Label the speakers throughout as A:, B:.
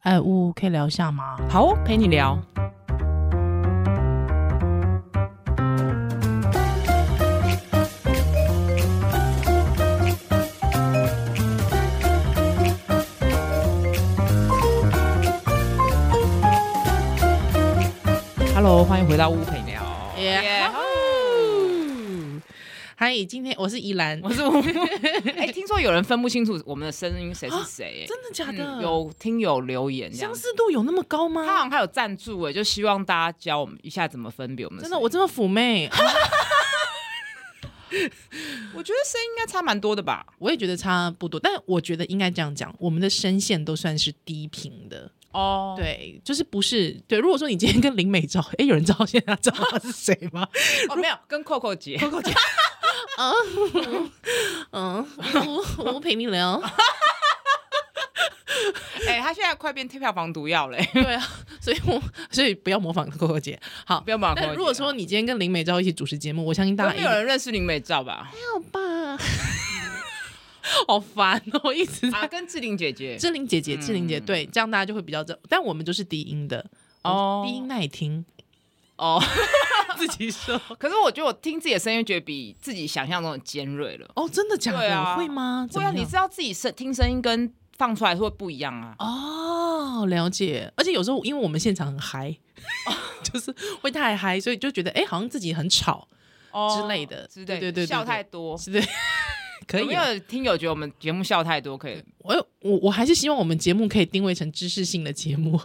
A: 哎，呜，可以聊一下吗？
B: 好哦，陪你聊。Hello，欢迎回到屋陪你聊。
A: 耶
B: 耶！
A: 嗨，今天我是依兰，
B: 我是 屋。 哎、听说有人分不清楚我们的声音谁是
A: 啊
B: 谁、
A: 真的假
B: 嗯
A: 的？
B: 有听友留言这样
A: 相
B: 子。
A: 似度有那么高吗？
B: 他好像还有赞助哎，就希望大家教我们一下怎么分别我们
A: 真
B: 声
A: 的，
B: 音
A: 我这么妩媚，
B: 我觉得声音应该差蛮多的吧。
A: 我也觉得差不多，但我觉得应该这样讲，我们的声线都算是低频的，
B: 哦，
A: 对，就是不是对。如果说你今天跟林美照，哎，有人知道现在知道她是谁吗？
B: 哦，没有跟 Coco 姐，
A: 嗯，我我陪你聊。
B: 哎、她现在快变票房毒药嘞、
A: 对啊，所以我所以不要模仿 Coco 姐。好
B: 不，要忙。
A: 但如果说你今天跟林美照一起主持节目，我相信大
B: 啊都
A: 家
B: 没
A: 一
B: 有
A: 定
B: 人认识林美照吧？
A: 要吧。 好烦哦，一直在
B: 啊，跟志玲姐姐，
A: 志玲姐姐，志玲姐，
B: 嗯
A: 对，这样大家就会比较正。但我们就是低音的
B: 哦
A: 低音耐听，
B: 哦，
A: 自己说。
B: 可是我觉得我听自己的声音，觉得比自己想象中的尖锐了。
A: 哦，真的假
B: 对
A: 的？
B: 啊
A: 会吗？怎
B: 对
A: 么
B: 啊，
A: 样
B: 你知道自己声听声音跟放出来会不一样啊。
A: 哦，了解。而且有时候因为我们现场很嗨， 就是会太嗨，所以就觉得哎、诶好像自己很吵
B: 哦
A: 之类的
B: 之类的，
A: 对对对对
B: 笑太多。
A: 是的。 可
B: 有
A: 以
B: 没
A: 啊，
B: 有听友觉得我们节目笑太多？可以
A: 我我我还是希望我们节目可以定位成知识性的节目，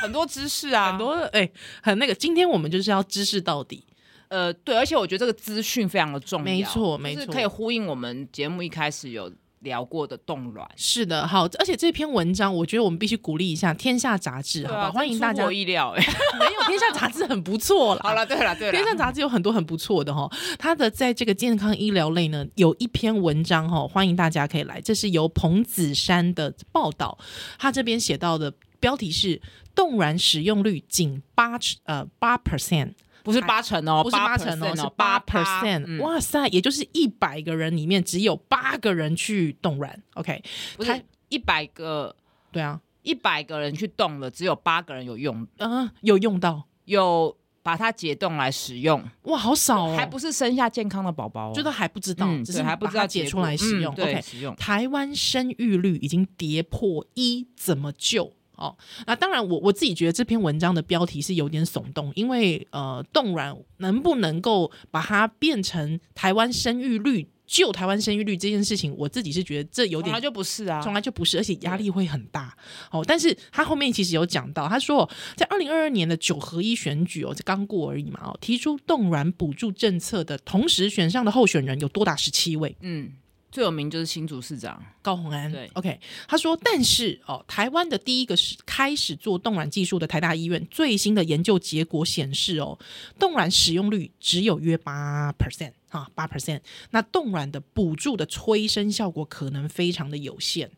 B: 很多知识啊，
A: 很多哎、很那个。今天我们就是要知识到底，
B: 呃，对，而且我觉得这个资讯非常的重要，
A: 没错
B: 就是
A: 没错
B: 可以呼应我们节目一开始有聊过的冻卵，
A: 是的，好，而且这篇文章，我觉得我们必须鼓励一下《天下》杂志，好不好？欢迎大家。
B: 啊出乎 我
A: 没
B: 意料哎、
A: 有，《天下》杂志很不错啦。
B: 好了，对了对了，
A: 天下杂志有很多很不错的哈、哦，它的在这个健康医疗类呢，有一篇文章哈、哦，欢迎大家可以来，这是由彭子山的报道，他这边写到的标题是“冻卵使用率仅八呃八 percent”，
B: 不是八成哦，
A: 不是八成哦，
B: 8%
A: 是八 percent，、
B: 嗯
A: 哇塞，也就是一百个人里面只有八个人去冻卵，OK，
B: 不
A: 它
B: 是一百个
A: 对啊，
B: 一百个人去动了，只有八个人有用，
A: 嗯、有用到。
B: 有把它解冻来使用，
A: 哇，好少哦，
B: 还不是生下健康的宝宝、哦，
A: 就都还不知道，
B: 嗯
A: 只
B: 对
A: 是
B: 还不
A: 把
B: 知
A: 它
B: 道
A: 解
B: 结
A: 出
B: 果
A: 来使
B: 嗯
A: 用。
B: 对
A: OK，
B: 使用，
A: 台湾生育率已经跌破一，怎么救？哦，那当然我，我自己觉得这篇文章的标题是有点耸动，因为呃，冻卵能不能够把它变成台湾生育率救台湾生育率这件事情，我自己是觉得这有
B: 本
A: 点
B: 来就不是啊，
A: 从来就不是，而且压力会很大。哦，但是他后面其实有讲到，他说在二零二二年的九合一选举哦，这刚过而已嘛哦，提出冻卵补助政策的同时选上的候选人有多达十七位，
B: 嗯，最有名就是新竹市长，
A: 高鸿安。
B: 对
A: ，OK，他说，但是哦，台湾的第一个是开始做冻卵技术的台大医院最新的研究结果显示，哦，冻卵使用率只有约八 percent 哈，八 percent。那冻卵的补助的催生效果可能非常的有限。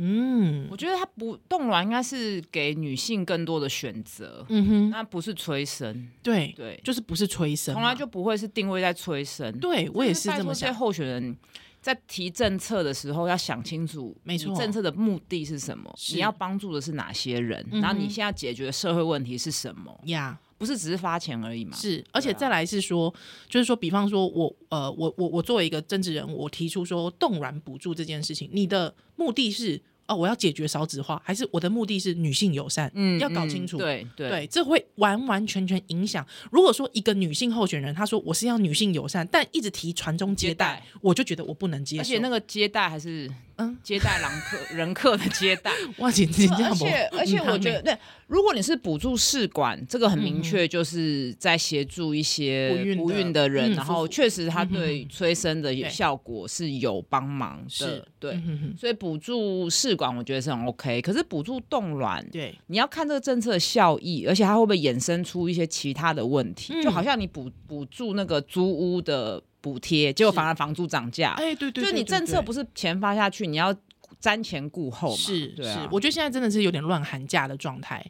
A: 嗯
B: 我觉得他不冻卵应该是给女性更多的选择，
A: 嗯哼，
B: 那不是催生，
A: 对，
B: 对，
A: 就是不是催生嘛，
B: 从来就不会是定位在催生。
A: 对我也是这么
B: 所以
A: 想。
B: 候选人在提政策的时候要想清楚，
A: 没错
B: 你政策的目的是什么？
A: 是
B: 你要帮助的是哪些人？
A: 嗯哼
B: 然后你现在解决的社会问题是什么？
A: 呀
B: 不是只是发钱而已嘛？啊
A: 是，而且再来是说，就是说，比方说我，呃，我我我作为一个政治人物，我提出说冻卵补助这件事情，你的目的是哦，我要解决少子化，还是我的目的是女性友善？
B: 嗯
A: 要搞清楚
B: 嗯对对
A: 对，这会完完全全影响。如果说一个女性候选人，她说我是要女性友善，但一直提传宗接
B: 接
A: 代
B: 代，
A: 我就觉得我不能接受。
B: 而且那个接待还是
A: 嗯
B: 嗯接待狼客 人客的接 待，
A: 哇，简直这样不
B: 而且而且
A: 嗯
B: 我觉
A: 他嗯
B: 得，对，如果你是补助试管，这个很明确，就是在协助一些
A: 不孕的
B: 不孕的人，
A: 嗯
B: 然
A: 夫妇
B: 后确实它
A: 嗯哼
B: 对催生
A: 对
B: 的效果是有帮忙
A: 是
B: 的，对
A: 嗯。哼哼
B: 所以补助试管我觉得是很 OK，可是补助冻卵，
A: 对，
B: 你要看这个政策的效益，而且它会不会衍生出一些其他的问题，
A: 嗯
B: 就好像你补补助那个租屋的补贴，结果反而房租涨价，
A: 哎，对对，
B: 啊就你政策
A: 不。对
B: 不是钱发下去，你要瞻前顾后嘛，
A: 是
B: 对啊
A: 是，我觉得现在真的是有点乱喊价的状态。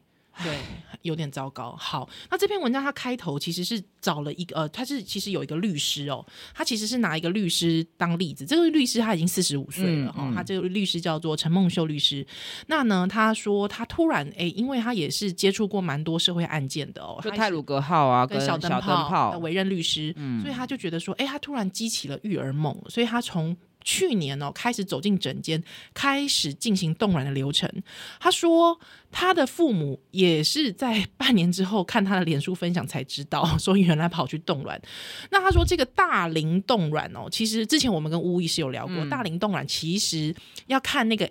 A: 对，有点糟糕。好，那这篇文章它开头其实是找了一个呃，他是其实有一个律师哦，他其实是拿一个律师当例子。这个律师他已经四十五岁了哈、
B: 嗯嗯
A: 他这个律师叫做陈梦秀律师。那呢，他说他突然哎，因为他也是接触过蛮多社会案件的哦，
B: 就
A: 他
B: 泰鲁格号啊，
A: 跟
B: 跟
A: 小
B: 灯
A: 泡呃
B: 泡，嗯
A: 委任律师，所以他就觉得说，哎、他突然激起了育儿梦，所以他从。去年哦，开始走进诊间，开始进行冻卵的流程。他说，他的父母也是在半年之后看他的脸书分享才知道，说原来跑去冻卵。那他说这个大龄冻卵哦，其实之前我们跟吴医师有聊过，
B: 嗯
A: 大龄冻卵其实要看那个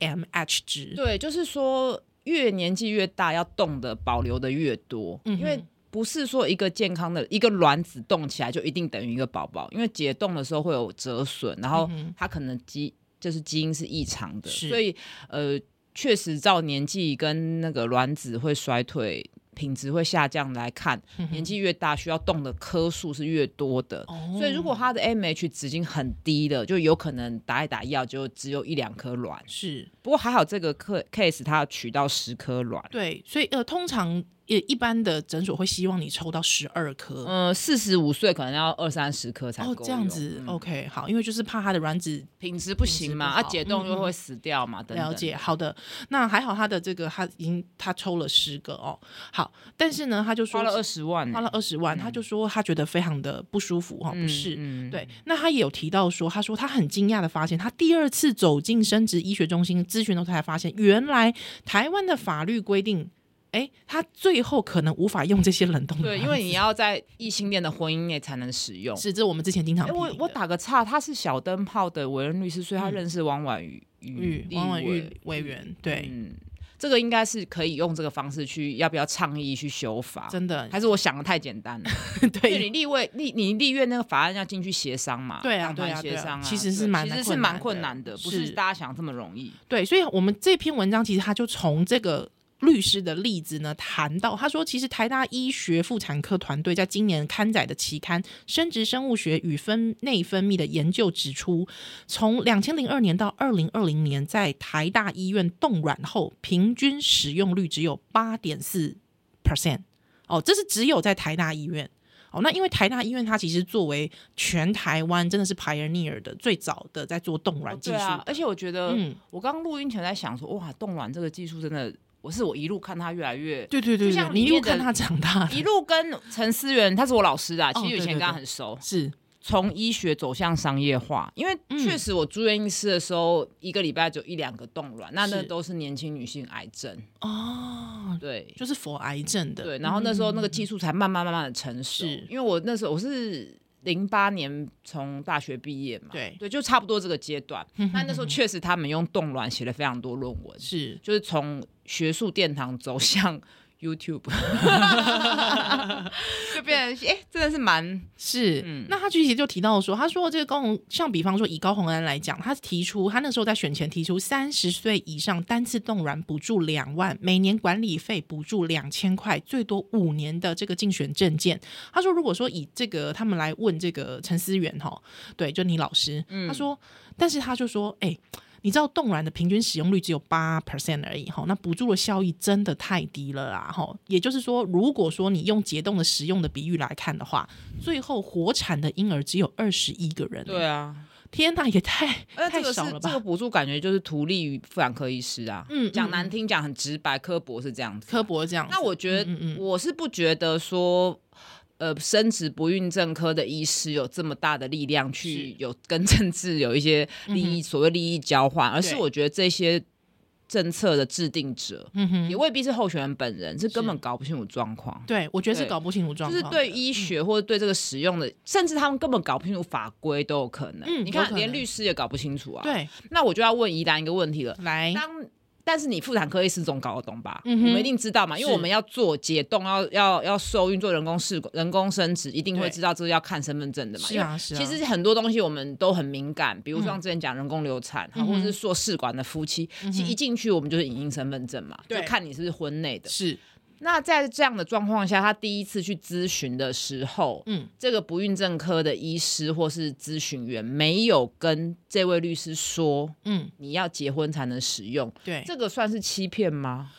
A: AMH 值，
B: 对，就是说越年纪越大，要动的保留的越多，
A: 嗯哼
B: 因为。不是说一个健康的一个卵子动起来就一定等于一个宝宝，因为解冻的时候会有折损，
A: 嗯
B: 然后它可能基就是基因是异常的，
A: 是
B: 所以呃，确实照年纪跟那个卵子会衰退、品质会下降来看，年纪越大需要动的颗数是越多的。
A: 嗯哦
B: 所以，如果它的 M H 值已经很低了，就有可能打一打药就只有一两颗卵。
A: 是
B: 不过还好这个客 case 它取到十颗卵，
A: 对，所以呃，通常也一般的诊所会希望你抽到十二颗。
B: 嗯，四十五岁可能要二三十颗才够
A: 哦
B: 用、，
A: 这样子、
B: 嗯
A: OK，好，因为就是怕他的卵子
B: 品质不行
A: 品质
B: 嘛，啊，
A: 不好嗯
B: 解冻又会死掉嘛，等等。
A: 了解，好的，那还好他的这个他已经他抽了十个哦，好，但是呢，他就说
B: 花了二十万呢、
A: 花了二十万，他就说他觉得非常的不舒服哈、哦，不适。
B: 嗯，嗯
A: 对，那他也有提到说，他说他很惊讶的发现，他第二次走进生殖医学中心咨询的时候，才发现原来台湾的法律规定，哎，他最后可能无法用这些冷冻的
B: 对，因为你要在异性恋的婚姻内才能使
A: 嗯
B: 用。
A: 是这我们之前经常
B: 哎、
A: 批
B: 我
A: 评
B: 我
A: 的
B: 打个岔，他是小灯泡的委任律师，所以他认识王婉瑜、
A: 玉
B: 立
A: 王婉嗯
B: 委
A: 玉委员，对，
B: 嗯，这个应该是可以用这个方式去，要不要倡议去修法？
A: 真的
B: 还是我想的太简单了？因为
A: 对
B: 啊你立位立你立院那个法案要进去协商嘛？
A: 对啊
B: 党
A: 对啊
B: 团
A: 对
B: 协
A: 啊
B: 商啊，
A: 其实是
B: 对
A: 蛮
B: 其
A: 难
B: 实
A: 困难
B: 是蛮
A: 的
B: 困难的，不是
A: 是
B: 大家想这么容易。
A: 对，所以我们这篇文章其实他就从这个。律师的例子呢，谈到他说，其实台大医学妇产科团队在今年刊载的期刊《生殖生物学与分内分泌》的研究指出，从两千零二年到二零二零年，在台大医院冻卵后，平均使用率只有八点四 percent。哦，这是只有在台大医院。哦，那因为台大医院它其实作为全台湾真的是 pioneer 的最早的在做冻卵技术
B: 对
A: 的、
B: 啊，而且我觉得，
A: 嗯
B: 我刚录音前在想说，哇，冻卵这个技术真的，我是我一路看它越来越，
A: 对对对对，
B: 就像
A: 你
B: 里
A: 一路
B: 面的
A: 看他长大的
B: 一路跟陈思源，他是我老师啊，
A: 哦
B: 其实
A: 对
B: 以前
A: 对
B: 跟他
A: 对
B: 很熟，
A: 是
B: 从医学走向商业化，因为
A: 嗯
B: 确实我住院医师的时候，一个礼拜就一两个冻卵，那那
A: 是
B: 都是年轻女性癌症，
A: 哦，
B: 对
A: 就是佛癌症的，嗯
B: 对，然后那时候那个技术才慢慢慢慢的成熟，
A: 是
B: 因为我那时候我是零八年从大学毕业嘛，
A: 对
B: 对，就差不多这个阶段，那那时候确实他们用冻卵写了非常多论 文，
A: 是
B: 就是从学术殿堂走向 YouTube，就变成哎、诶真的是蛮
A: 是，
B: 嗯
A: 那他其实就提到说，他说这个高红，像比方说以高红安来讲，他提出他那时候在选前提出三十岁以上单次冻卵补助两万，每年管理费补助两千块，最多五年的这个竞选证件。他说，如果说以这个他们来问这个陈思源哈，对，就你老师，
B: 嗯
A: 他说，但是他就说，哎、你知道冻卵的平均使用率只有八 percent 而已哈，那补助的效益真的太低了啦哈。也就是说，如果说你用解冻的使用的比喻来看的话，最后活产的婴儿只有二十一个人、
B: 对，啊。
A: 天哪，也太
B: 那这
A: 太
B: 个是
A: 少了
B: 这个
A: 吧？
B: 补助感觉就是图利于妇产科医师啊，
A: 嗯嗯
B: 讲难听讲很直白刻薄是这样子。
A: 科嗯博这样子，
B: 那我觉得我是不觉得说。呃，生殖不孕症科的医师有这么大的力量
A: 是
B: 去
A: 嗯
B: 有跟政治有一些利益，所谓利益交换，而是
A: 对
B: 我觉得这些政策的制定者、
A: 嗯哼，
B: 也未必是候选人本人，是根
A: 是
B: 本搞不清楚状况，
A: 对我觉得是
B: 对
A: 搞不清楚状
B: 就是
A: 况的，嗯
B: 对医学或者对这个使用的，甚至他们根本搞不清楚法规都有可能。
A: 嗯
B: 你
A: 有
B: 看，
A: 可
B: 连
A: 能
B: 律师也搞不清楚啊。
A: 对
B: 那我就要问宜兰一个问题了：
A: 来
B: 当但是你妇产科医师总搞得懂吧？
A: 嗯哼
B: 我们一定知道嘛，因为
A: 是
B: 我们要做解冻，要要要受孕，做人工试人工生殖，一定会
A: 对
B: 知道这个要看身份证的嘛。
A: 是啊是啊，
B: 因为其实很多东西我们都很敏感，比如说像之前讲人工流产，
A: 嗯哼嗯
B: 或者是做试管的夫妻，其实一进去我们就是影印身份证嘛，就
A: 对
B: 看你是不是婚内的。
A: 是
B: 那在这样的状况下，他第一次去咨询的时候，
A: 嗯
B: 这个不孕症科的医师或是咨询员没有跟这位律师说
A: 嗯
B: 你要结婚才能使用，
A: 对，
B: 这个算是欺骗吗？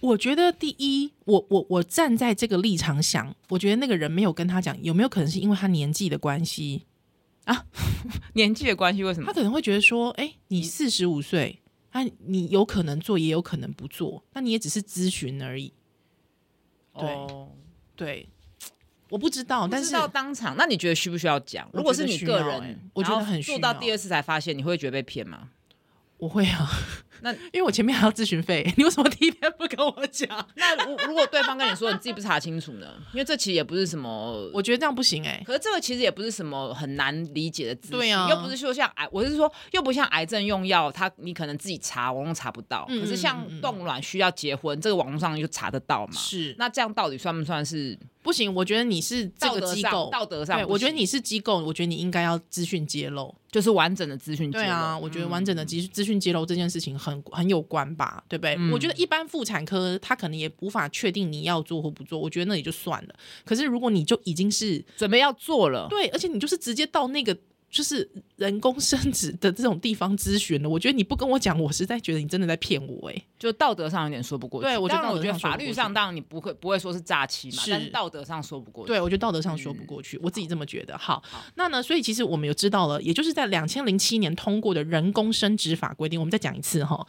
A: 我觉得第一，我我我站在这个立场想，我觉得那个人没有跟他讲，有没有可能是因为他年纪的关系，
B: 年纪的关系为什
A: 他
B: 么？
A: 可能会觉得说，哎、
B: 嗯
A: 你四十五岁，那、你有可能做，也有可能不做，那你也只是咨询而已。对
B: 哦
A: 对，我不知道，但
B: 不
A: 是
B: 知道当场，那你觉得需不需要讲？
A: 我
B: 如果是
A: 觉得
B: 你
A: 需
B: 个
A: 要
B: 人，
A: 欸
B: 然
A: 我觉得
B: 后
A: 很需
B: 做到
A: 要
B: 第二次才发现，你会觉得被骗吗？
A: 我会啊，
B: 那
A: 因为我前面还要咨询费， 你为什么第一天不跟我讲？
B: 那如如果对方跟你说你自己不查清楚呢？因为这其实也不是什么，
A: 我觉得这样不行哎、
B: 可是这个其实也不是什么很难理解的资讯，
A: 对啊
B: 又不是说像癌，我是说又不像癌症用药，它你可能自己查网络查不到，
A: 嗯
B: 可是像冻卵需要结婚，这个网络上就查得到嘛。
A: 是
B: 那这样到底算不算是
A: 不行，我觉得你是这
B: 道
A: 个
B: 德
A: 机
B: 上？
A: 构，
B: 道德上
A: 对
B: 不行，
A: 我觉得你是机构，我觉得你应该要资讯揭露。
B: 就是完整的资讯揭露。
A: 对啊，我觉得完整的资资讯揭露这件事情很很有关吧，对不对？我觉得一般妇产科他可能也无法确定你要做或不做，我觉得那也就算了。可是如果你就已经是
B: 准备要做了，
A: 对，而且你就是直接到那个就是人工生殖的这种地方咨询了，我觉得你不跟我讲，我实在觉得你真的在骗我哎、
B: 就道德上有点说不过去。
A: 对我觉得
B: 当然我觉
A: 道
B: 得
A: 德上说不
B: 法
A: 过去
B: 律上当然你不会不会说是诈欺嘛，
A: 是
B: 但是道德上说不过去。
A: 对，我觉得道德上说不过去，我自己这么觉得。好，那呢，所以其实我们有知道了，也就是在两千零七年通过的人工生殖法规定，我们再讲一次哈，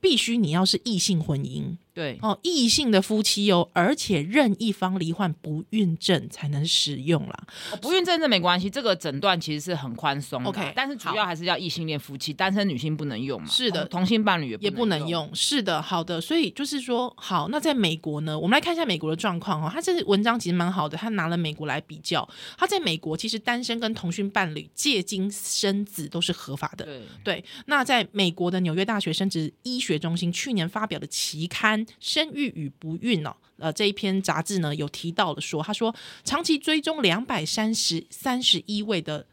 A: 必须你要是异性婚姻
B: 对
A: 哦，异性的夫妻哦，而且任一方罹患不孕症才能使用啦。
B: 哦不孕症这没关系，这个诊断其实是很宽松的
A: OK，
B: 但是主要还是要异性恋夫妻，单身女性不能用嘛，
A: 是的
B: 同同性伴侣
A: 也
B: 也
A: 不
B: 不
A: 能
B: 用。
A: 用。是的，好的，所以就是说，好，那在美国呢，我们来看一下美国的状况哦。他这文章其实蛮好的，他拿了美国来比较。他在美国其实单身跟同性伴侣借精生子都是合法的。
B: 对，
A: 对，那在美国的纽约大学生殖医学中心去年发表的期刊《生育与不孕》哦，呃，这一篇杂志呢有提到了说，他说长期追踪两百三十三十一位的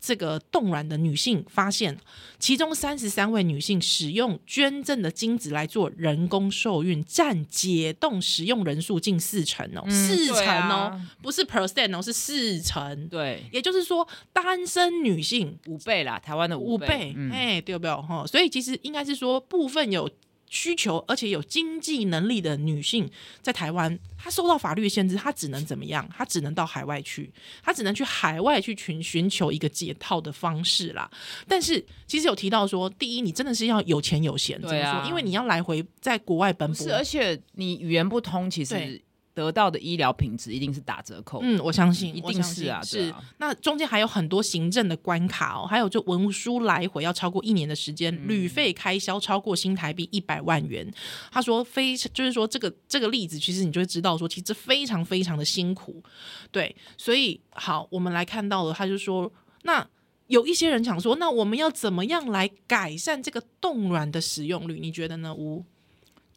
A: 这个冻卵的女性，发现其中三十三位女性使用捐赠的精子来做人工受孕，占解冻使用人数近四成哦，四成
B: 嗯对
A: 哦，
B: 啊
A: 不是 percent 哦，是四成。
B: 对，
A: 也就是说，单身女性
B: 五倍啦，台湾的
A: 五
B: 倍。
A: 倍，
B: 嗯，
A: 哎、对不对？哈，所以其实应该是说，部分有需求而且有经济能力的女性，在台湾，她受到法律的限制，她只能怎么样？她只能到海外去，她只能去海外去寻寻求一个解套的方式啦。但是其实有提到说，第一，你真的是要有钱有闲，
B: 对啊
A: 怎么说？因为你要来回在国外奔
B: 不
A: 波
B: 是，。而且你语言不通，其实
A: 对
B: 得到的医疗品质一定是打折扣。
A: 嗯，我相信，
B: 一
A: 我
B: 定
A: 相
B: 是
A: 信
B: 啊对
A: 是、
B: 啊
A: 那中间还有很多行政的关卡哦，还有就文书来回要超过一年的时间，
B: 嗯
A: 旅费开销超过新台币一百万元。他说非就是说这个这个例子，其实你就会知道说，其实非常非常的辛苦。对，所以好，我们来看到了，他就说那。有一些人想说，那我们要怎么样来改善这个冻卵的使用率？你觉得呢？吴，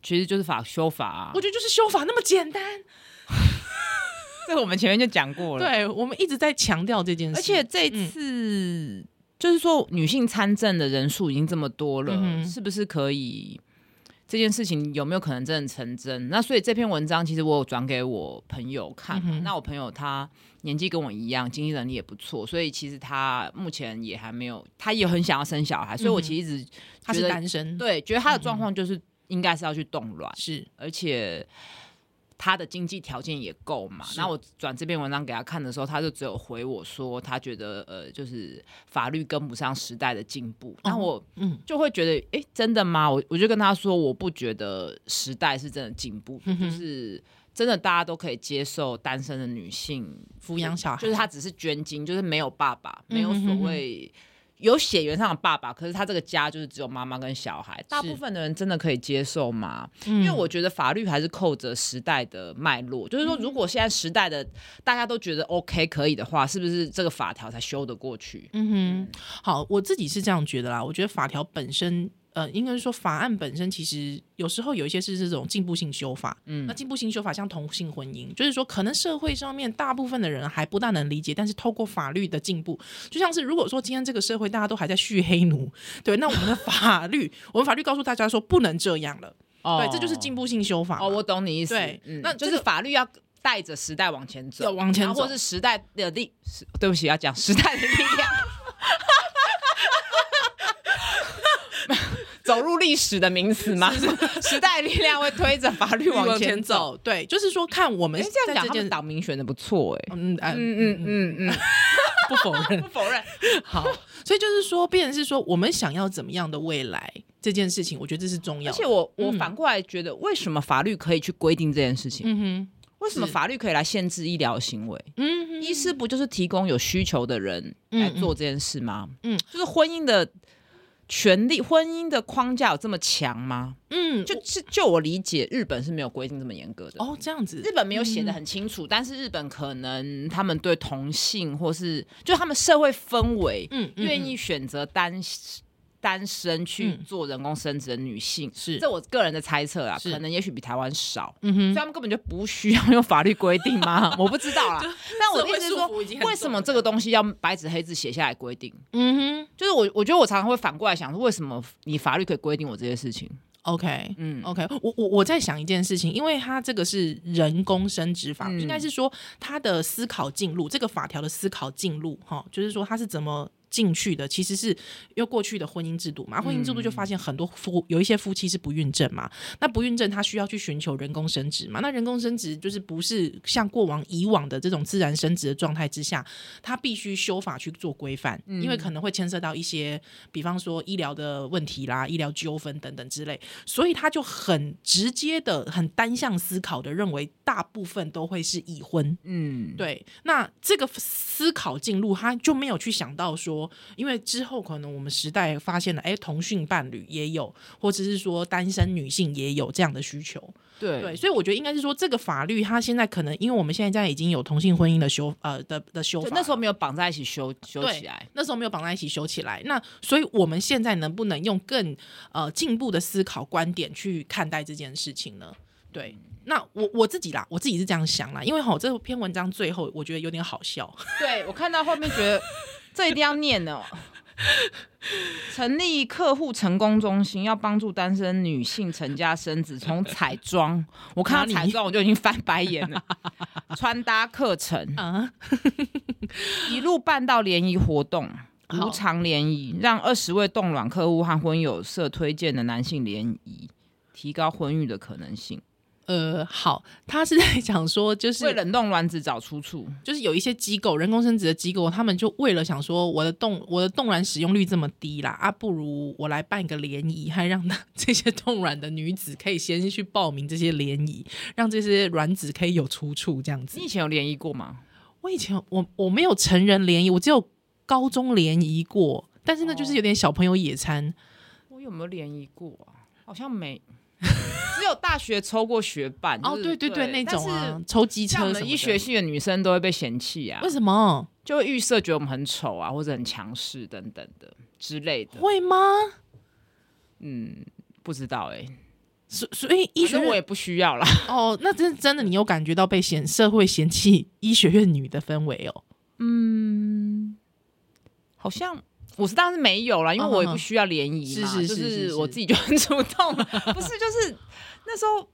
B: 其实就是法修法、啊
A: 我，觉得就是修法那么简单。
B: 这个我们前面就讲过了。嗯
A: 对，我们一直在强调这件事，
B: 而且这一次、就是说女性参政的人数已经这么多了，
A: 嗯哼
B: 是不是可以这件事情有没有可能真的成真？那所以这篇文章其实我有转给我朋友看，那我朋友他年纪跟我一样，经济能力也不错，所以其实他目前也还没有，他也很想要生小孩，所以我其实一直
A: 他
B: 觉
A: 是
B: 得
A: 单身，
B: 对觉得他的状况就是应该是要去冻卵。
A: 是
B: 而且他的经济条件也够嘛。
A: 是
B: 那我转这篇文章给他看的时候，他就只有回我说，他觉得呃，就是法律跟不上时代的进步。那我
A: 嗯
B: 就会觉得，诶，真的吗？我我就跟他说，我不觉得时代是真的进步，
A: 嗯
B: 就是。真的，大家都可以接受单身的女性
A: 抚养小孩，
B: 就是她只是捐精，就是没有爸爸，没有
A: 嗯哼
B: 所
A: 哼
B: 谓有血缘上的爸爸，可是她这个家就是只有妈妈跟小孩。大部分的人真的可以接受吗？
A: 嗯
B: 因为我觉得法律还是扣着时代的脉络，就是说，如果现在时代的大家都觉得 OK 可以的话，是不是这个法条才修得过去？
A: 嗯哼，好，我自己是这样觉得啦。我觉得法条本身，呃，应该是说法案本身，其实有时候有一些是这种进步性修法。嗯，那进步性修法像同性婚姻，就是说可能社会上面大部分的人还不大能理解，但是透过法律的进步，就像是如果说今天这个社会大家都还在蓄黑奴，对，那我们的法律， 我们法律告诉大家说不能这样了，
B: 哦
A: 对，这就是进步性修法嘛。
B: 哦，我懂你意思。
A: 对
B: 嗯
A: 那
B: 就
A: 这
B: 是
A: 个
B: 法律要带着时代往前走，
A: 要往前
B: 然后或
A: 走
B: 是时代的力，是对不起，要讲时代的力量。 走入历史的名词 吗？时代力量会推着法律 往
A: 往前
B: 前走。
A: 走，对，就是说看我们
B: 哎，这样
A: 在
B: 讲，他
A: 件
B: 们党民选的不错哎。
A: 嗯嗯
B: 嗯嗯嗯嗯，嗯
A: 不否认
B: 不，否认，
A: 好， 所以就是说，变成是说我们想要怎么样的未来这件事情，我觉得这是重要
B: 而
A: 的。
B: 且我我
A: 嗯
B: 反过来觉得，为什么法律可以去规定这件事情？
A: 嗯
B: 为什么
A: 是
B: 法律可以来限制医疗行为？
A: 哼，嗯哼，
B: 医师不就是提供有需求的人
A: 嗯
B: 来做这件事吗？
A: 嗯
B: 嗯，就是婚姻的权利，婚姻的框架有这么强吗？
A: 嗯，就
B: 就是就我理解，日本是没有规定这么严格的。
A: 哦这样子
B: 日，本没有写的很清楚，但是日本可能他们对同性或是就他们社会氛围，
A: 嗯，嗯
B: 愿
A: 嗯
B: 意选择单单身去
A: 嗯
B: 做人工生殖的女性，
A: 是
B: 这我个人的猜测啊，
A: 是
B: 可能也许比台湾少。
A: 嗯
B: 所以
A: 哼，
B: 他们根本就不需要用法律规定 吗？我不知道啦。但我的意思是
A: 社会
B: 说
A: 束缚已经，很
B: 为什么这个东西要白纸黑字写下来规定？
A: 嗯哼
B: 就是我，我觉得我常常会反过来想，说为什么你法律可以规定我这些事情？
A: ，OK。
B: 嗯，
A: OK，我我我在想一件事情，因为它这个是人工生殖法，
B: 嗯
A: 应该是说它的思考进入这个法条的思考进入哈，就是说它是怎么进去的，其实是因为过去的婚姻制度嘛，婚姻制度就发现很多夫有一些夫妻是不孕症嘛，那不孕症他需要去寻求人工生殖嘛，那人工生殖就是不是像过往以往的这种自然生殖的状态之下，它必须修法去做规范，因为可能会牵涉到一些，比方说医疗的问题啦、医疗纠纷等等之类，所以他就很直接的、很单向思考的认为，大部分都会是已婚。
B: 嗯，
A: 对，那这个思考进入，他就没有去想到说，因为之后可能我们时代发现了，哎，同性伴侣也有，或者是说单身女性也有这样的需求。
B: 对
A: 对，所以我觉得应该是说，这个法律它现在可能，因为我们现在已经有同性婚姻的修呃的的修
B: 就
A: 法，
B: 那时候没有绑在一起修修
A: 对
B: 起来。
A: 那时候没有绑在一起修起来。那所以我们现在能不能用更呃进步的思考观点去看待这件事情呢？对。那我我自己啦，我自己是这样想啦，因为吼这篇文章最后我觉得有点好笑，
B: 对我看到后面觉得这一定要念哦。成立客户成功中心，要帮助单身女性成家生子。从彩妆，我看到
A: 哪
B: 彩
A: 里
B: 妆我就已经翻白眼了。穿搭课程
A: 啊
B: 啊，一路办到联谊活动，
A: 好
B: 无偿联谊，让二十位冻卵客户和婚友社推荐的男性联谊，提高婚育的可能性。
A: 呃，好，他是在 讲说就
B: 为
A: 是
B: 冷冻卵子找出处，
A: 就是有一些机构人工生殖的机构，他们就为了想说我的冻我的冻卵使用率这么低啦，啊，不如我来办一个联谊，还让那 这些冻卵的女子可以先去报名这些联谊，让这些卵子可以有出处这样子
B: 你。以前有联谊过吗？
A: 我以前我我没有成人联谊，我只有高中联谊过，但是呢，
B: 哦
A: 就是有点小朋友野餐。
B: 我有没有联谊过啊？好像没， 只有大学抽过学伴。
A: 哦，
B: 就是
A: 对对对，那种。啊
B: 但，
A: 抽机
B: 是像
A: 车
B: 我
A: 什么
B: 们
A: 的嗯
B: 医学系的女生都会被嫌弃啊
A: 为，什么
B: 就会预设觉得我们很丑啊，或者很强势等等的之类的。
A: 会吗？
B: 嗯，不知道哎、
A: 所所以医
B: 医
A: 学
B: 生
A: 院
B: 啊我也不需要啦。
A: 哦，那真真的你有感觉到被嫌社会嫌弃医学院女的氛围哦。
B: 嗯，好像我是当然是没有啦，因为我也不需要联谊嘛，
A: 嗯嗯嗯嗯是是是是
B: 就是是我自己就很主动， 不是就是那时候，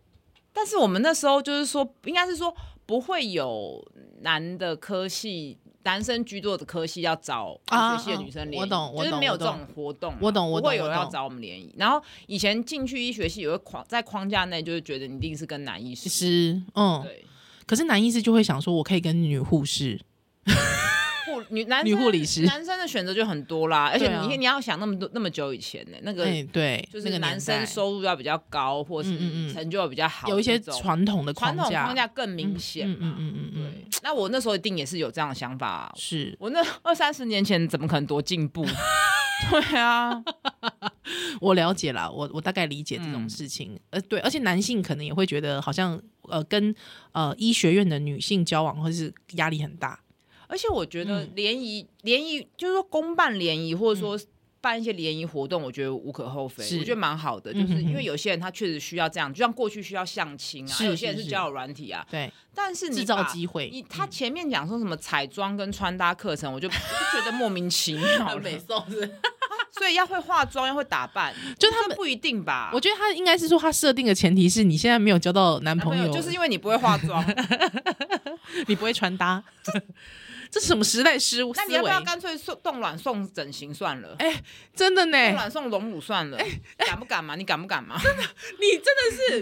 B: 但是我们那时候就是说，应该是说不会有男的科系。男生居多的科系要找
A: 啊
B: 医学系的女生联谊、
A: 我懂我
B: 就是
A: 懂
B: 没有
A: 我
B: 这
A: 懂
B: 种活动啊、
A: 我懂我
B: 不
A: 懂
B: 会有
A: 我
B: 人要
A: 懂
B: 找我们联谊。然后以前进去医学系也会框在框架内，就是觉得你一定是跟男医
A: 其
B: 师，
A: 实，嗯，
B: 对，
A: 可是男医师就会想说，我可以跟女护士，
B: 护女男
A: 女
B: 生
A: 护理师
B: 男生的选择就很多啦，而且
A: 对啊
B: 你、你要想那么多那么久以前呢、那个、
A: 哎，对，
B: 就
A: 那
B: 是
A: 个
B: 男
A: 年
B: 生
A: 代
B: 收入要比较高，或
A: 嗯嗯嗯
B: 是成就要比较好的
A: 有一些
B: 那种
A: 传统的
B: 传统
A: 架，
B: 框架更明显
A: 嗯嗯
B: 嘛。
A: 嗯嗯嗯，
B: 对，那我那时候一定也是有这样的想法啊、
A: 是。
B: 我那 二三十年前怎么可能多进 步？对啊，
A: 我了解啦，我我大概理解这
B: 嗯
A: 种事情。呃，对，而且男性可能也会觉得好像呃跟呃医学院的女性交往会是压力很大。
B: 而且我觉
A: 嗯
B: 得联谊联谊就是说公办联谊，或者说。办一些联谊活动，我觉得无可厚非
A: 是，
B: 我觉得蛮好的，
A: 嗯
B: 就是
A: 嗯嗯
B: 因为有些人他确实需要这样，就像过去需要相亲啊，
A: 是
B: 有些人
A: 是
B: 是
A: 是
B: 交友软体啊，
A: 对，
B: 但是你
A: 制造
B: 把
A: 机会，
B: 你他前面讲说什么彩妆跟穿搭课程，我就 就觉得莫名其 妙了。
A: 送是。
B: 所以要会化妆，要会打扮，
A: 就他们
B: 这不一定吧？
A: 我觉得他应该是说，他设定的前提是你现在没有交到男
B: 男
A: 朋
B: 朋
A: 友，
B: 友就是因为你不会化妆，
A: 你不会穿搭， 这是什么时代失误？
B: 那你要不要干脆送冻卵送整形算了？
A: 哎、真的呢，
B: 冻卵送隆乳算了？敢不敢嘛？你敢不敢嘛？
A: 你真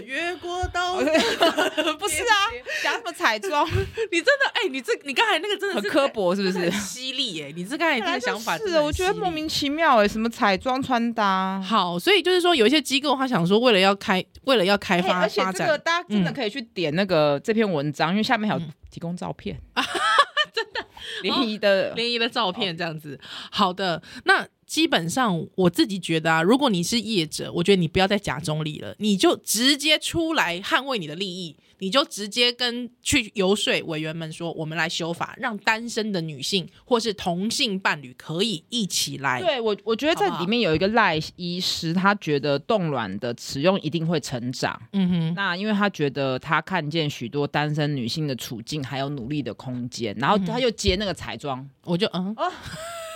A: 的是越过刀，
B: 不是啊， 讲什么彩 妆
A: 你真的哎、你这你刚才那个真的
B: 很
A: 是啊
B: 刻薄是不
A: 很
B: 是？
A: 犀利耶、你这刚才那个想法真
B: 是，
A: 的很
B: 我觉得
A: 犀利
B: 莫名其妙哎、什么彩妆穿搭。
A: 好，所以就是说，有一些机构他想说，为了要开，为了要开
B: 哎
A: 发、
B: 而且
A: 发
B: 这个
A: 展，
B: 大家真的
A: 嗯
B: 可以去点那个这篇文章，因为下面还有提供照片，嗯 真的哦联谊的
A: 联谊的照片这样子。好的，那基本上我自己觉得啊，如果你是业者，我觉得你不要再假中立了，你就直接出来捍卫你的利益，你就直接跟去游说委员们说，我们来修法，让单身的女性或是同性伴侣可以一起来。
B: 对我，我觉得
A: 好不
B: 在
A: 好
B: 里面有一个赖医师，他觉得冻卵的使用一定会成长。
A: 嗯哼，
B: 那因为他觉得他看见许多单身女性的处境，还有努力的空间，然后
A: 嗯
B: 他又接那个彩妆，
A: 我就嗯，
B: 哦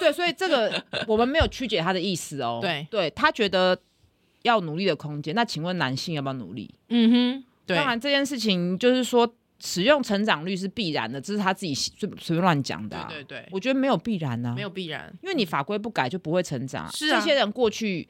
B: 对，所以这个 我们没有曲解他的意思哦。
A: 对
B: 对他觉得要努力的空间，那请问男性要不要努力？
A: 嗯哼，对
B: 当，然这件事情就是说，使用成长率是必然的，这是他自己随随便乱讲的、
A: 对
B: 啊。
A: 对对，
B: 我觉得没有必然呢、啊，
A: 没有必然，
B: 因为你法规不改就不会成长。
A: 是啊
B: 这些人过去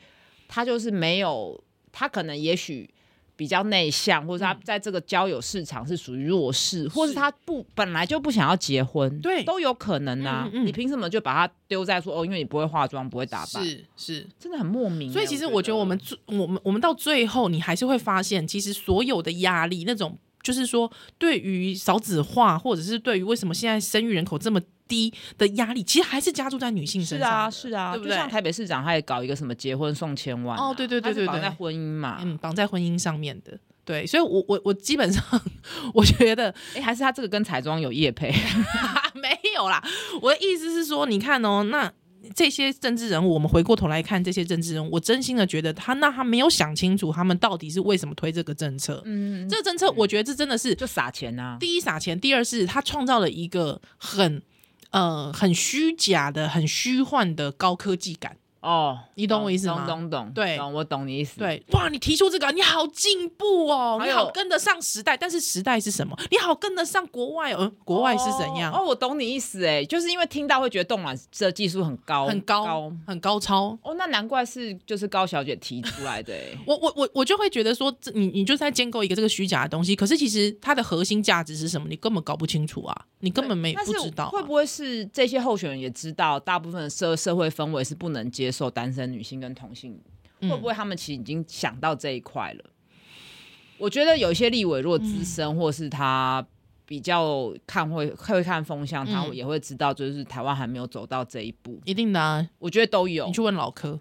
B: 他就是没有，他可能也许比较内向，
A: 嗯
B: 或者他在这个交友市场是属于弱势，或是他不本来就不想要结婚，
A: 对
B: 都有可能啊。
A: 嗯嗯嗯
B: 你凭什么就把他丢在说哦，因为你不会化妆，不会打扮，
A: 是是。
B: 真的很莫名欸、
A: 所以其实我觉得我们最我们我们到最后，你还是会发现，其实所有的压力那种。就是说，对于少子化，或者是对于为什么现在生育人口这么低的压力，其实还是加注在女性
B: 是
A: 身上
B: 啊
A: 的。
B: 是啊，
A: 对不
B: 就像
A: 对
B: 台北市长他也搞一个什么结婚送千万啊、
A: 哦对对对
B: 他是
A: 对
B: 绑
A: 对
B: 在婚姻嘛，哎、
A: 嗯，绑在婚姻上面的。对，所以我我我基本上我觉得
B: 还是他这个跟彩妆有业配，
A: 啊，没有啦。我的意思是说，你看哦，那这些政治人物，我们回过头来看这些政治人物，我真心的觉得他那他没有想清楚，他们到底是为什么推这个政策。
B: 嗯，
A: 这个政策，我觉得这真的是
B: 就撒钱啊，
A: 第一撒钱，第二是他创造了一个很呃很虚假的、很虚幻的高科技感。
B: 哦，
A: 你懂我意思吗
B: 懂懂懂，
A: 对
B: 懂我懂你意思。，
A: 对，哇，你提出这个，你好进步哦，
B: 还
A: 你
B: 有
A: 好跟得上时代，但是时代是什么？你好跟得上国外哦，呃国外是怎样？
B: 哦，哦我懂你意思哎，就是因为听到会觉得冻卵这技术很哦高，
A: 很高，很高超。。
B: 哦，那难怪是就是高小姐提出来的哎
A: 我我我我就会觉得说，这你你就是在建构一个这个虚假的东西，可是其实它的核心价值是什么，你根本搞不清楚啊，你 根本没
B: 但
A: 不
B: 是
A: 知道啊、
B: 会不会是这些候选人也知道，大部分的社社会氛围是不能接受单身女性跟同性，
A: 嗯
B: 会不会他们其实已经想到这一块了？我觉得有一些立委如果
A: 嗯
B: 资深，或是他比较看会会看风向，他
A: 嗯
B: 也会知道，就是台湾还没有走到这一步。
A: 一定的、啊，
B: 我觉得都有
A: 你，去问老科。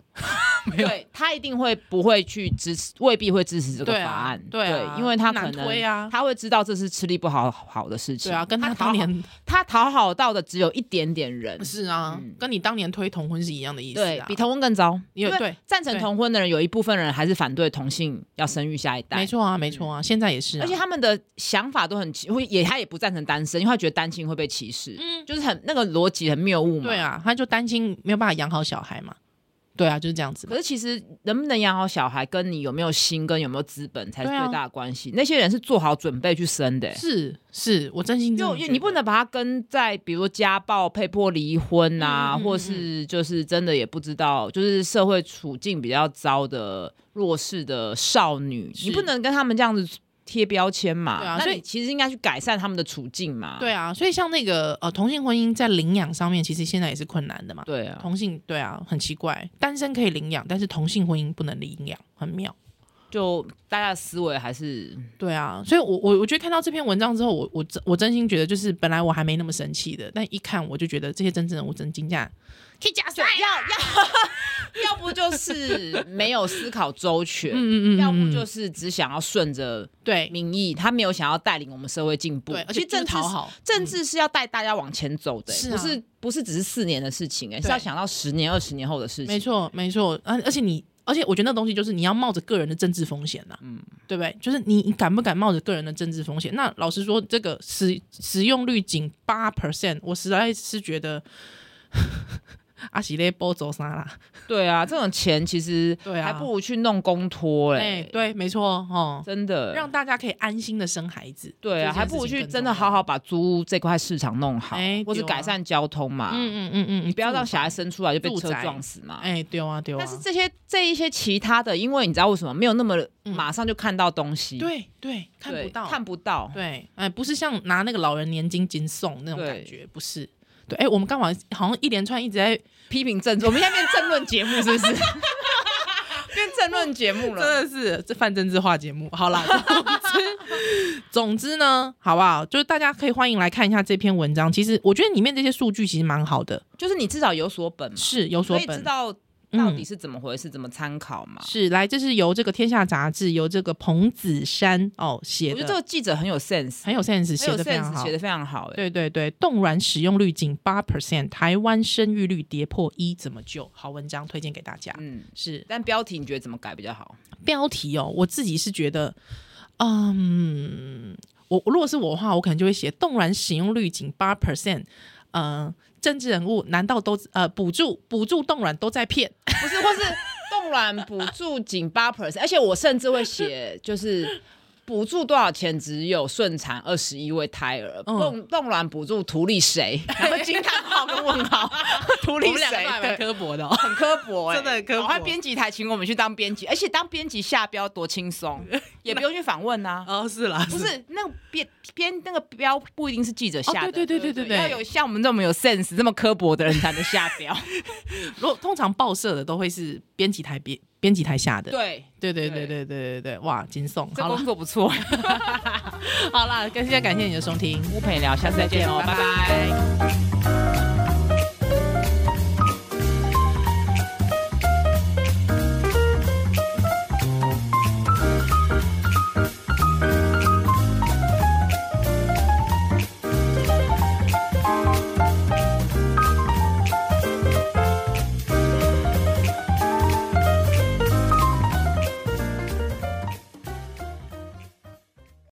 B: 对他一定会不会去支持，未必会支持这个
A: 对
B: 法
A: 啊
B: 案，
A: 对啊
B: 因为他可
A: 难推
B: 能、
A: 啊
B: 他会知道这是吃力不好好的事情，
A: 对啊，跟他
B: 他讨
A: 当年
B: 他讨好到的只有一点点人，
A: 是啊，
B: 嗯
A: 跟你当年推同婚是一样的意思、啊，
B: 对比同婚更糟，
A: 因为
B: 因为
A: 对
B: 赞成
A: 对
B: 同婚的人有一部分人还是反对同性要生育下一代，
A: 没。错啊，没错
B: 嗯
A: 啊，现在也是、啊，
B: 而且他们的想法都很奇，会也他也不赞成单身，因为他觉得单亲会被歧视，
A: 嗯
B: 就是很那个逻辑很谬误嘛。
A: 对啊，他就担心没有办法养好小孩嘛，对啊，就是这样子嘛
B: 可，是其实能不能养好小孩，跟你有没有心，跟有没有资本才是
A: 对啊
B: 最大的关系。那些人是做好准备去生的、
A: 是是，我真心
B: 因
A: 这
B: 为
A: 么
B: 我因
A: 觉
B: 为
A: 得
B: 你不能把他跟在，比如说家暴、被迫离婚啊，
A: 嗯嗯嗯
B: 或是就是真的也不知道，就是社会处境比较糟的弱势的少女，
A: 是
B: 你不能跟他们这样子贴标签嘛。
A: 对啊
B: 那
A: 所以
B: 你其实应该去改善他们的处境嘛。
A: 对啊，所以像那个呃同性婚姻在领养上面，其实现在也是困难的嘛。
B: 对啊，
A: 同性对啊，很奇怪，单身可以领养，但是同性婚姻不能领养，很妙。
B: 就大家的思维还是
A: 对啊，所以我我我觉得看到这篇文章之后，我我真我真心觉得，就是本来我还没那么生气的，但一看我就觉得这些真正的我真惊讶，可以加水
B: 要要 要不就是没有思考周全，
A: 嗯嗯嗯嗯
B: 要不就是只想要顺着
A: 对
B: 民意，他没有想要带领我们社会进步。
A: 对，而且
B: 其实
A: 正
B: 政治
A: 讨好，嗯
B: 政治是要带大家往前走的、
A: 是啊
B: 不是不是只是四年的事情、哎，
A: 对
B: 是要想到十年、二十年后的事情。
A: 没，错没错，而而且你。而且我觉得那东西就是你要冒着个人的政治风险呐、嗯，对不对？就是你你敢不敢冒着个人的政治风险？那老实说，这个使使用率仅八 percent，我实在是觉得 啊是咧波走啥啦？
B: 对啊，这种钱其实
A: 对啊
B: 还不如去弄公托
A: 哎、
B: 嘞，
A: 对，没错哦，
B: 真的
A: 让大家可以安心的生孩子，
B: 对啊，
A: 这件
B: 还不如
A: 事情
B: 去
A: 更
B: 真的
A: 重要
B: 好。好把租屋这块市场弄好
A: 哎，
B: 或是
A: 对啊
B: 改善交通嘛，
A: 嗯嗯嗯嗯，你
B: 不要让小孩生出来就被
A: 住
B: 车
A: 宅
B: 撞死嘛。
A: 哎丢啊丢啊，
B: 但是这些这一些其他的，因为你知道为什么没有那么
A: 嗯
B: 马上就看到东西，
A: 对对看
B: 对
A: 不到
B: 看不到，
A: 对，哎，不是像拿那个老人年金金送那种感
B: 对
A: 觉，不是。对，哎，我们刚好好像一连串一直在，
B: 批评政治，我 们现在变政论节目是不是？ 变政论节目
A: 真
B: 了。
A: 的是 这泛政治化节目。好啦，总之， 总之呢，好不好？就是大家可以欢迎来看一下这篇文章。其实我觉得里面这些数据其实蛮好的，
B: 就是你至少有所本嘛，嗯
A: 是有所
B: 可以知
A: 本。
B: 道到底是怎么回事，怎么参考嘛。
A: 是来，这是由这个《天下》杂志，由这个彭子山哦写
B: 我觉得这
A: 的，
B: 个记者很有 sense，
A: 很有 sense，
B: 很
A: 写
B: 有
A: 的非常
B: sense，
A: 好
B: 写。的非常好。哎，
A: 对对对，冻卵使用率仅八 percent，台湾生育率跌破一，怎么救？好文章推荐给大家。
B: 嗯，
A: 是
B: 但标题你觉得怎么改比较好？
A: 标题哦，我自己是觉得，嗯，我我如果是我的话，我可能就会写冻卵使用率仅八 percent，嗯。政治人物难道都呃补助补助冻卵都在骗？
B: 不是，或是冻卵补助仅八 percent，而且我甚至会写就是。补助多少钱？只有顺产二十一位胎儿，
A: 嗯
B: 冻冻卵补助图利谁？ 然后惊叹号 跟问号，图利谁？对
A: 刻薄的、哦，
B: 很刻薄、欸，
A: 真的很刻薄
B: 赶快编辑台请我们去当编辑，而且当编辑下标多 轻松，也不用去访问啊。
A: 哦是啦，
B: 不是那个编编那个标不一定是记者下的，
A: 哦对对对对
B: 对
A: 对对
B: 要有像我们这么有 sense、这么刻薄的人才能下标。
A: 如果通常报社的都会是编辑台编编辑台下的，
B: 对，
A: 对对对
B: 对
A: 对对对对，哇，惊悚！
B: 这
A: 好了
B: 工作不错。
A: 好啦，感谢感谢你的收听。
B: 乌陪聊，下次再见哦，
A: 拜
B: 拜拜